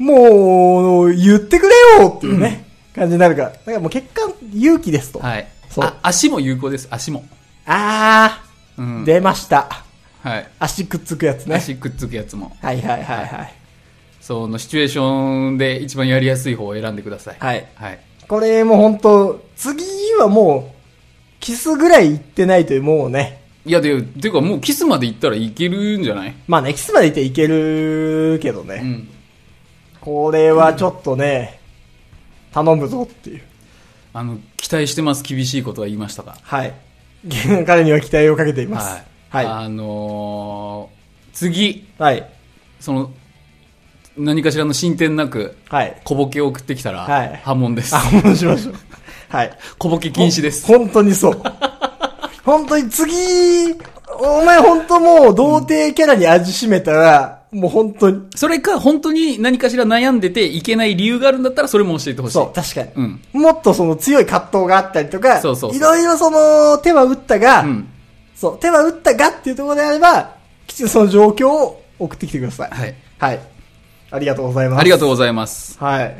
[SPEAKER 2] う、もう、言ってくれよっていうね、感じになるから。だからもう結果、勇気ですと。
[SPEAKER 1] はい。
[SPEAKER 2] そう
[SPEAKER 1] あ、足も有効です、足も。
[SPEAKER 2] あ
[SPEAKER 1] う
[SPEAKER 2] ー、
[SPEAKER 1] ん。
[SPEAKER 2] 出ました。
[SPEAKER 1] はい。
[SPEAKER 2] 足くっつくやつね。
[SPEAKER 1] 足くっつくやつも。
[SPEAKER 2] はいはいはいはい。
[SPEAKER 1] そのシチュエーションで一番やりやすい方を選んでください。
[SPEAKER 2] はい。
[SPEAKER 1] はい。
[SPEAKER 2] これもう本当次はもう、キスぐらい行ってないという、もうね。
[SPEAKER 1] いや、で、ていうかもうキスまで行ったらいけるんじゃない
[SPEAKER 2] まあね、キスまで行っていけるけどね。
[SPEAKER 1] うん。
[SPEAKER 2] これはちょっとね、頼むぞっていう。
[SPEAKER 1] あの、期待してます、厳しいことは言いましたが。
[SPEAKER 2] はい。 [laughs] 彼には期待をかけています。
[SPEAKER 1] はい。
[SPEAKER 2] はい。
[SPEAKER 1] あのー、次、
[SPEAKER 2] はい。
[SPEAKER 1] その、何かしらの進展なく、
[SPEAKER 2] はい。
[SPEAKER 1] 小ボケを送ってきたら、
[SPEAKER 2] はい
[SPEAKER 1] 波紋です
[SPEAKER 2] あ、。ほんしましょう。はい。
[SPEAKER 1] 小ボケ禁止です。
[SPEAKER 2] ほ本当に
[SPEAKER 1] [laughs]
[SPEAKER 2] そう。本当に次、お前本当もう童貞キャラに味しめたら、もう本当に。
[SPEAKER 1] それか、本当に何かしら悩んでていけない理由があるんだったら、それも教えてほしい。
[SPEAKER 2] そう、確かに、
[SPEAKER 1] うん
[SPEAKER 2] もっとその強い葛藤があったりとか、
[SPEAKER 1] そうそうそう
[SPEAKER 2] いろいろその手は打ったが、
[SPEAKER 1] うん。
[SPEAKER 2] そう、手は打ったがっていうところであれば、きちんとその状況を送ってきてください。
[SPEAKER 1] はい。
[SPEAKER 2] はい。ありがとうございます。
[SPEAKER 1] ありがとうございます。
[SPEAKER 2] はい。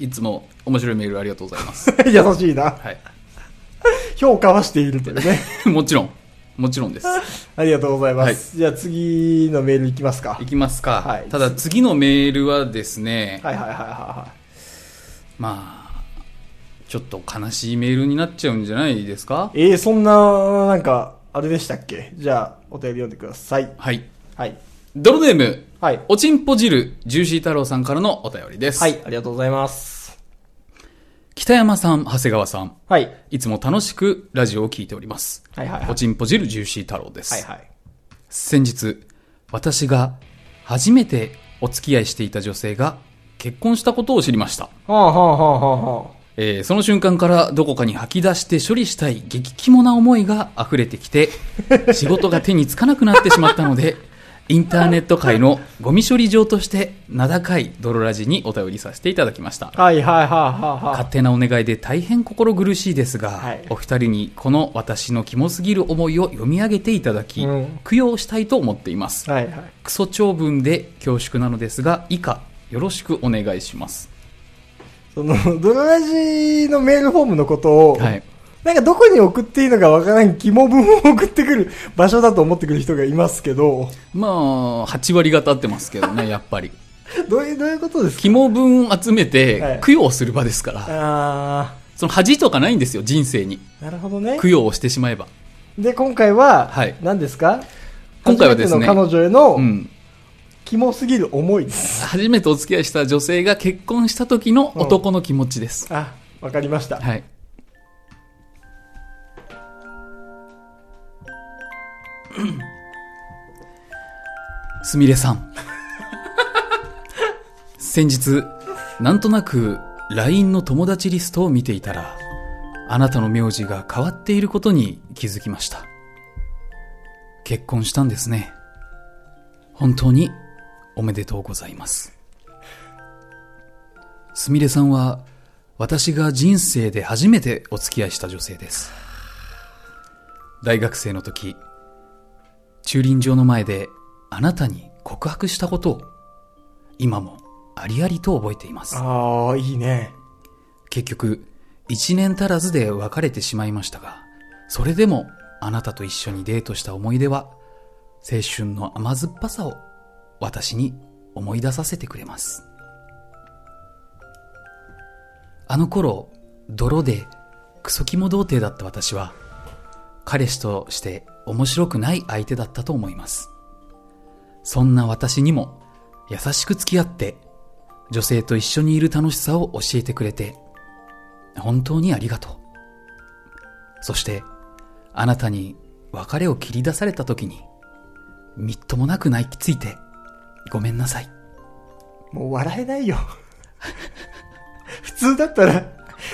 [SPEAKER 2] [laughs]
[SPEAKER 1] いつも面白いメールありがとうございます。
[SPEAKER 2] 優しいな。
[SPEAKER 1] はい。
[SPEAKER 2] 評価はしているという
[SPEAKER 1] [laughs]
[SPEAKER 2] ね。
[SPEAKER 1] もちろん。もちろんです。
[SPEAKER 2] ありがとうございます。じゃあ次のメールいきますか。
[SPEAKER 1] いきますか。
[SPEAKER 2] はい
[SPEAKER 1] ただ、次のメールはですね、
[SPEAKER 2] はいはいはいはいはい。
[SPEAKER 1] まあ、ちょっと悲しいメールになっちゃうんじゃないですか
[SPEAKER 2] えー、そんな、なんか、あれでしたっけじゃあ、お便り読んでください。
[SPEAKER 1] はい。
[SPEAKER 2] はい。
[SPEAKER 1] 泥ネーム、
[SPEAKER 2] はい。
[SPEAKER 1] おちんぽ汁、ジューシー太郎さんからのお便りです。
[SPEAKER 2] はい、ありがとうございます。
[SPEAKER 1] 北山さん、長谷川さん、
[SPEAKER 2] はい。
[SPEAKER 1] いつも楽しくラジオを聞いております。
[SPEAKER 2] はいはいはい。
[SPEAKER 1] おちんぽ汁、ジューシー太郎です。
[SPEAKER 2] はいはい。
[SPEAKER 1] 先日、私が初めてお付き合いしていた女性が結婚したことを知りました。
[SPEAKER 2] はあはあはあはあは
[SPEAKER 1] えーその瞬間からどこかに吐き出して処理したい激肝な思いが溢れてきて、仕事が手につかなくなってしまったの
[SPEAKER 2] [laughs]
[SPEAKER 1] で、インターネット界のゴミ処理場として名高い泥ラジにお便りさせていただきました。
[SPEAKER 2] あ。はいはいはいはいはい。
[SPEAKER 1] 勝手なお願いで大変心苦しいですが、
[SPEAKER 2] はい
[SPEAKER 1] お二人にこの私のキモすぎる思いを読み上げていただき、
[SPEAKER 2] うん
[SPEAKER 1] 供養したいと思っています。
[SPEAKER 2] はいはい。
[SPEAKER 1] クソ長文で恐縮なのですが、以下、よろしくお願いします。
[SPEAKER 2] その、ドロラジのメールフォームのことを、
[SPEAKER 1] はい。
[SPEAKER 2] なんかどこに送っていいのかわからん肝文を送ってくる場所だと思ってくる人がいますけど、
[SPEAKER 1] まあ、8割方ってますけどね、やっ [laughs] ぱり。
[SPEAKER 2] どういう、どういうことですか
[SPEAKER 1] 肝分集め
[SPEAKER 2] は
[SPEAKER 1] て
[SPEAKER 2] い
[SPEAKER 1] 供養する場ですから、
[SPEAKER 2] あ
[SPEAKER 1] その恥とかないんですよ、人生に。
[SPEAKER 2] ー、なるほどね
[SPEAKER 1] 供。養をしてしまえば。
[SPEAKER 2] で、今回は、
[SPEAKER 1] はい
[SPEAKER 2] 何ですか
[SPEAKER 1] 今回はですね
[SPEAKER 2] 初めての彼女への、
[SPEAKER 1] うん。
[SPEAKER 2] キモすぎる思いです。
[SPEAKER 1] 初めてお付き合いした女性が結婚した時の男の気持ちです。
[SPEAKER 2] あ、わかりました。
[SPEAKER 1] はい。すみれさん。先日、なんとなく LINE の友達リストを見ていたら、あなたの名字が変わっていることに気づきました。結婚したんですね。本当におめでとうございます。すみれさんは私が人生で初めてお付き合いした女性です大学生の時駐輪場の前であなたに告白したことを今もありありと覚えています
[SPEAKER 2] ああ、いいね。
[SPEAKER 1] 結局1年足らずで別れてしまいましたがそれでもあなたと一緒にデートした思い出は青春の甘酸っぱさを私に思い出させてくれますあの頃泥でクソキモ童貞だった私は彼氏として面白くない相手だったと思いますそんな私にも優しく付き合って女性と一緒にいる楽しさを教えてくれて本当にありがとう。そして、あなたに別れを切り出された時に、みっともなく泣きついて、ごめんなさい。
[SPEAKER 2] もう笑えないよ。 [laughs] 普通だったら、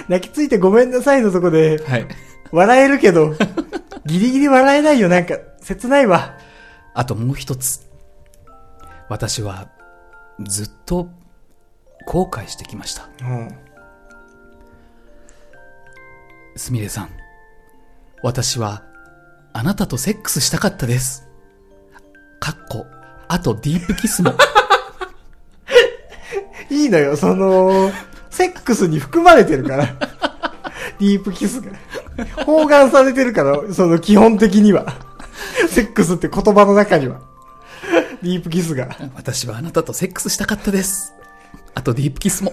[SPEAKER 2] 泣きついてごめんなさいのとこで、
[SPEAKER 1] はい。
[SPEAKER 2] 笑えるけ
[SPEAKER 1] [laughs]
[SPEAKER 2] ど、ギリギリ笑えないよ。なんか、切ないわ。
[SPEAKER 1] あともう一つ。私は、ずっと、後悔してきました。
[SPEAKER 2] うん。
[SPEAKER 1] すみれさん。私は、あなたとセックスしたかったです。かっこ、あとディープキ [laughs] スも。
[SPEAKER 2] いいのよ、その、セックスに含まれてるから。ディープキスが。包含されてるから、その基本的には。セックスって言葉の中には。ディープキスが。
[SPEAKER 1] 私はあなたとセックスしたかったです。あとディープキスも。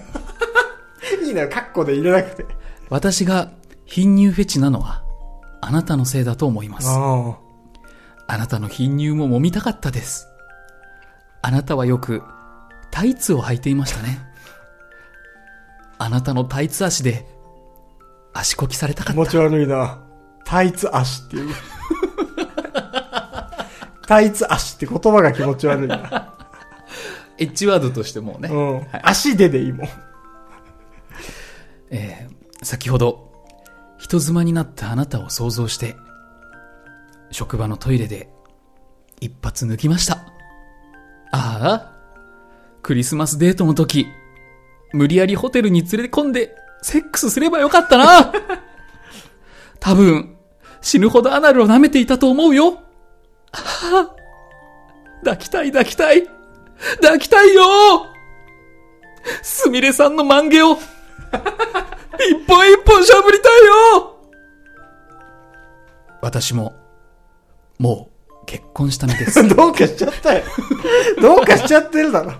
[SPEAKER 2] いいのよ、カッコで入れなくて。
[SPEAKER 1] 私が貧乳フェチなのは、あなたのせいだと思います。あ
[SPEAKER 2] ああ。
[SPEAKER 1] なたの貧乳も揉みたかったです。あなたはよく、タイツを履いていましたね。あなたのタイツ足で、足こきされた
[SPEAKER 2] 気
[SPEAKER 1] かった。
[SPEAKER 2] 持ち悪いな。タイツ足っていう。タイツ足って言葉が気持ち悪いな。
[SPEAKER 1] エッジワードとしてもうね。
[SPEAKER 2] うん。足ででいいもん。
[SPEAKER 1] えー先ほど、人妻になったあなたを想像して、職場のトイレで、一発抜きました。ああ、クリスマスデートの時、無理やりホテルに連れ込んで、セックスすればよかったな。 [laughs] 多分、死ぬほどアナルを舐めていたと思うよ。はあ抱きたい抱きたい。抱きたいよすみれさんの万華を、一本一本しゃぶりたいよ私も、もう、結婚した身で
[SPEAKER 2] [laughs]
[SPEAKER 1] す。
[SPEAKER 2] どうかしちゃった [laughs] よ。どうかしちゃってる [laughs] だろ。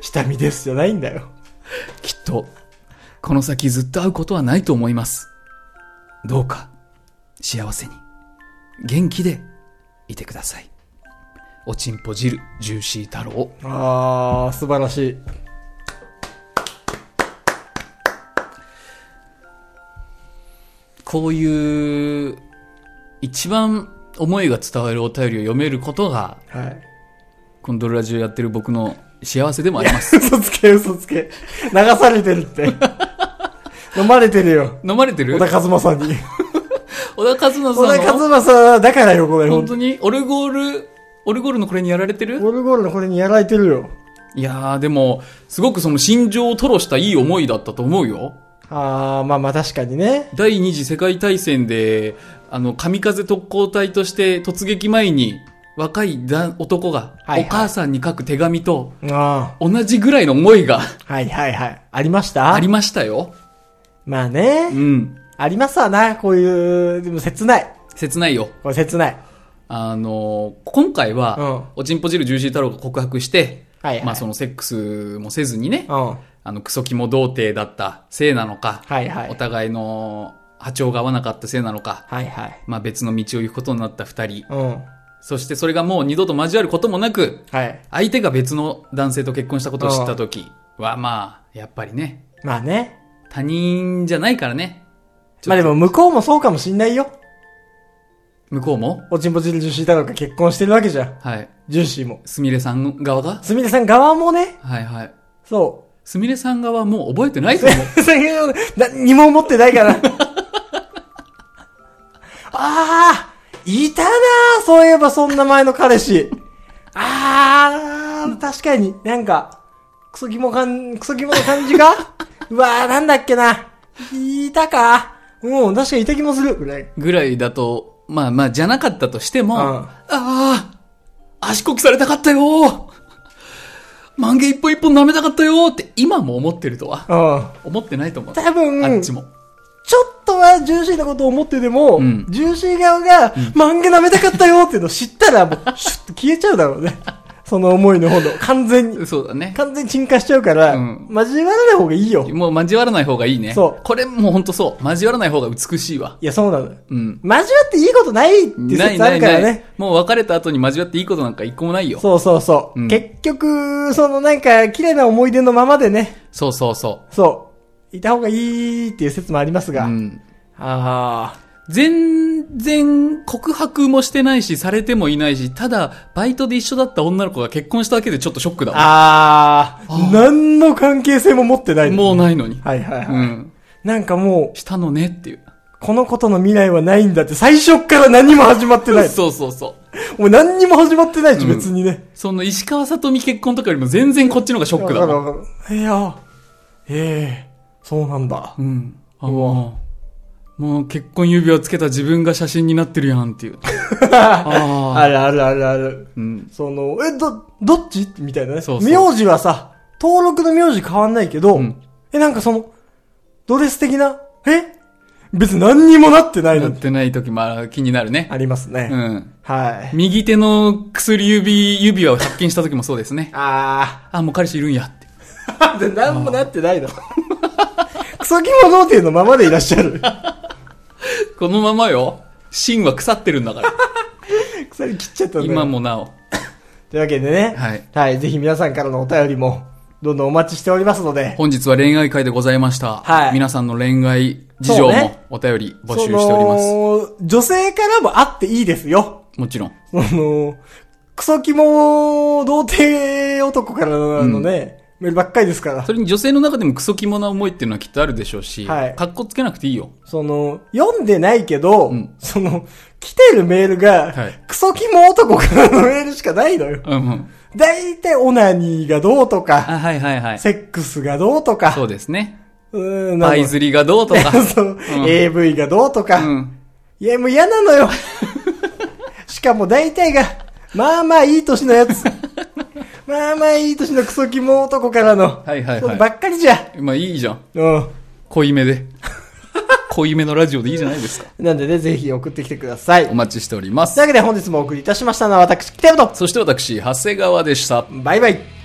[SPEAKER 2] 下見ですじゃないんだよ。
[SPEAKER 1] きっと、この先ずっと会うことはないと思います。どうか、幸せに、元気で、いてください。おちんぽ汁、ジューシー太郎。
[SPEAKER 2] あー、素晴らしい。
[SPEAKER 1] こういう、一番思いが伝わるお便りを読めることが、
[SPEAKER 2] はい。
[SPEAKER 1] このドルラジオやってる僕の幸せでもあります。
[SPEAKER 2] 嘘つけ、嘘つけ。流されてる [laughs] って。飲まれてるよ。
[SPEAKER 1] 飲まれてる
[SPEAKER 2] 小田和正さんに。
[SPEAKER 1] 小田和正
[SPEAKER 2] 小田
[SPEAKER 1] さんの
[SPEAKER 2] 和正さんだからよ、これ。
[SPEAKER 1] 本
[SPEAKER 2] 本当
[SPEAKER 1] 当にオルゴール、オルゴールのこれにやられてる
[SPEAKER 2] ゴルゴールのこれにやられてるよ。
[SPEAKER 1] いやーでも、すごくその心情を吐露したいい思いだったと思うよ。
[SPEAKER 2] あー、まあまあ確かにね。
[SPEAKER 1] 第二次世界大戦で、あの、神風特攻隊として突撃前に、若いだ男が、
[SPEAKER 2] はいはい
[SPEAKER 1] お母さんに書く手紙と、
[SPEAKER 2] あ
[SPEAKER 1] 同じぐらいの思いが
[SPEAKER 2] ー。はいはいはい。ありました
[SPEAKER 1] ありましたよ。
[SPEAKER 2] まあね
[SPEAKER 1] う。ん。
[SPEAKER 2] ありますわな、こういう、でも切ない。
[SPEAKER 1] 切ないよ。
[SPEAKER 2] これ切ない。
[SPEAKER 1] あのー今回は、おちんぽ汁ジューシー太郎が告白して、
[SPEAKER 2] はいはい
[SPEAKER 1] まあそのセックスもせずにね、
[SPEAKER 2] うん。
[SPEAKER 1] あの、クソ肝童貞だったせいなのか、
[SPEAKER 2] はいはい
[SPEAKER 1] お互いの波長が合わなかったせいなのか、
[SPEAKER 2] はいはい。
[SPEAKER 1] まあ別の道を行くことになった二人、
[SPEAKER 2] うん。
[SPEAKER 1] そしてそれがもう二度と交わることもなく、
[SPEAKER 2] はい。
[SPEAKER 1] 相手が別の男性と結婚したことを知った時は、まあ、やっぱりね、
[SPEAKER 2] まあね。
[SPEAKER 1] 他人じゃないからね、
[SPEAKER 2] まあでも向こうもそうかもしんないよ。
[SPEAKER 1] 向こうも、
[SPEAKER 2] おちんぽちるジューシー太郎が結婚してるわけじゃん。
[SPEAKER 1] はい、
[SPEAKER 2] ジューシーも。
[SPEAKER 1] すみれさん側が、
[SPEAKER 2] すみれさん側もね、
[SPEAKER 1] はいはい、
[SPEAKER 2] そ
[SPEAKER 1] すみれさん側はもう覚えてないと思 [laughs] う。
[SPEAKER 2] う。そういう、 [laughs] 何も思ってないから。 [laughs] あー、いたなー、そういえばそんな前の彼氏。あー、確かに、なんか、クソ肝感、クソ肝の感じが [laughs] うわー、なんだっけな。いたか。うん、確かにいた気もする。ぐらい。
[SPEAKER 1] ぐらいだと、まあまあ、じゃなかったとしても、
[SPEAKER 2] うん
[SPEAKER 1] ああ、足こきされたかったよ漫画一本一本舐めたかったよって今も思ってるとは、
[SPEAKER 2] うん。
[SPEAKER 1] 思ってないと思う。
[SPEAKER 2] 多分、
[SPEAKER 1] あっちも。
[SPEAKER 2] ちょっとはジューシーなことを思ってでも、
[SPEAKER 1] うん
[SPEAKER 2] ジューシー側が、漫画舐めたかったよっていうのを知ったら、もう、シュッと消えちゃうだろうね。その思いの炎。完全に。
[SPEAKER 1] そうだね。
[SPEAKER 2] 完全に沈下しちゃうから、
[SPEAKER 1] うん
[SPEAKER 2] 交わらない方がいいよ。い
[SPEAKER 1] もう交わらない方がいいね。
[SPEAKER 2] そう
[SPEAKER 1] これもうほんとそう。交わらない方が美しいわ。
[SPEAKER 2] や、そうなのよ。
[SPEAKER 1] うん。
[SPEAKER 2] 交わっていいことないっていう
[SPEAKER 1] ない
[SPEAKER 2] 説あ
[SPEAKER 1] な
[SPEAKER 2] る
[SPEAKER 1] い
[SPEAKER 2] からね。
[SPEAKER 1] ない。もう別れた後に交わっていいことなんか一個もないよ。
[SPEAKER 2] そうそうそう。
[SPEAKER 1] うん
[SPEAKER 2] 結局、そのなんか、綺麗な思い出のままでね、
[SPEAKER 1] そうそうそ
[SPEAKER 2] そう、いた方がいいっていう説もあります
[SPEAKER 1] う。う
[SPEAKER 2] が。
[SPEAKER 1] ん。
[SPEAKER 2] ああ。
[SPEAKER 1] 全然告白もしてないし、されてもいないし、ただ、バイトで一緒だった女の子が結婚しただけでちょっとショックだわ。
[SPEAKER 2] あ
[SPEAKER 1] あ
[SPEAKER 2] あ。何の関係性も持ってないのね。
[SPEAKER 1] もうないのに。
[SPEAKER 2] はいはいはい。
[SPEAKER 1] うん。
[SPEAKER 2] なんかもう、
[SPEAKER 1] したのねっていう。
[SPEAKER 2] このことの未来はないんだって、最初っから何も始まってない。
[SPEAKER 1] そうそうそう。
[SPEAKER 2] もう何にも始まってないし、
[SPEAKER 1] うん
[SPEAKER 2] 別にね。
[SPEAKER 1] その石川さとみ結婚とかよりも全然こっちの方がショックだ
[SPEAKER 2] わかる
[SPEAKER 1] わ。
[SPEAKER 2] わかる。いや、ええそうなんだ。
[SPEAKER 1] うん。あもう、もう結婚指輪つけた自分が写真になってるやんっていう。ああ。
[SPEAKER 2] [laughs] [laughs] あるあるあるある。
[SPEAKER 1] うん。
[SPEAKER 2] その、え、ど、どっちみたいなね。
[SPEAKER 1] そうそう
[SPEAKER 2] 名字はさ、登録の名字変わんないけど、
[SPEAKER 1] うん
[SPEAKER 2] え、なんかその、ドレス的な、え別に何にもなってない
[SPEAKER 1] な
[SPEAKER 2] の
[SPEAKER 1] っ。てない時もあ気になるね。
[SPEAKER 2] ありますね。
[SPEAKER 1] うん。
[SPEAKER 2] はい。
[SPEAKER 1] 右手の薬指、指輪を発見した時もそうですね。
[SPEAKER 2] あ
[SPEAKER 1] あ、もう彼氏いるんやって。 [laughs]
[SPEAKER 2] ー。で、何もなってないの。 [laughs] クソキモ童貞のままでいらっしゃ
[SPEAKER 1] [laughs]
[SPEAKER 2] る。
[SPEAKER 1] このままよ。芯は腐ってるんだから。
[SPEAKER 2] 鎖切っちゃったんだよ
[SPEAKER 1] 今もなお。
[SPEAKER 2] というわけでね。
[SPEAKER 1] はい。
[SPEAKER 2] ぜひ皆さんからのお便りも、どんどんお待ちしておりますので。
[SPEAKER 1] 本日は恋愛会でございました。
[SPEAKER 2] はい
[SPEAKER 1] 皆さんの恋愛事情
[SPEAKER 2] そう
[SPEAKER 1] も
[SPEAKER 2] ね
[SPEAKER 1] お便り募集しております。
[SPEAKER 2] その女性からも会っていいですよ。
[SPEAKER 1] もちろん。
[SPEAKER 2] その、クソキモ童貞男からのあのね、メールばっかりですから
[SPEAKER 1] そ。れに女性の中でもクソキモな思いっていうのはきっとあるでしょうし、
[SPEAKER 2] はい
[SPEAKER 1] かっこつけなくていいよ。
[SPEAKER 2] その、読んでないけど、
[SPEAKER 1] うん
[SPEAKER 2] その、来てるメールが、
[SPEAKER 1] はい
[SPEAKER 2] クソキモ男からのメールしかないのよ。
[SPEAKER 1] うんうん。
[SPEAKER 2] だいたいオナニーがどうとか、
[SPEAKER 1] あ、はいはいは
[SPEAKER 2] [laughs]
[SPEAKER 1] い。
[SPEAKER 2] セックスがどうとか、
[SPEAKER 1] そうですね。
[SPEAKER 2] うーん、な
[SPEAKER 1] パイ
[SPEAKER 2] ん
[SPEAKER 1] ズリがどうと [laughs] か。
[SPEAKER 2] か [laughs] そう、AV がどうとか、
[SPEAKER 1] うん。
[SPEAKER 2] いや、もう嫌なの
[SPEAKER 1] [laughs]
[SPEAKER 2] よ。しかも大体が、まあまあいい年のや
[SPEAKER 1] [laughs]
[SPEAKER 2] つ。まあまあいい年のクソキモ男からの、
[SPEAKER 1] はいはい
[SPEAKER 2] そう
[SPEAKER 1] は
[SPEAKER 2] ばっかりじゃ。
[SPEAKER 1] い。まあいいじゃん。
[SPEAKER 2] うん。
[SPEAKER 1] 濃いめで。濃いめのラジオでいいじゃないですか。
[SPEAKER 2] なんでね、ぜひ送ってきてください。
[SPEAKER 1] お
[SPEAKER 2] という
[SPEAKER 1] 待ちしております
[SPEAKER 2] わ。けで本日もお送りいたしましたのは私、北山と、
[SPEAKER 1] そして私、長谷川でした。
[SPEAKER 2] バイバイ。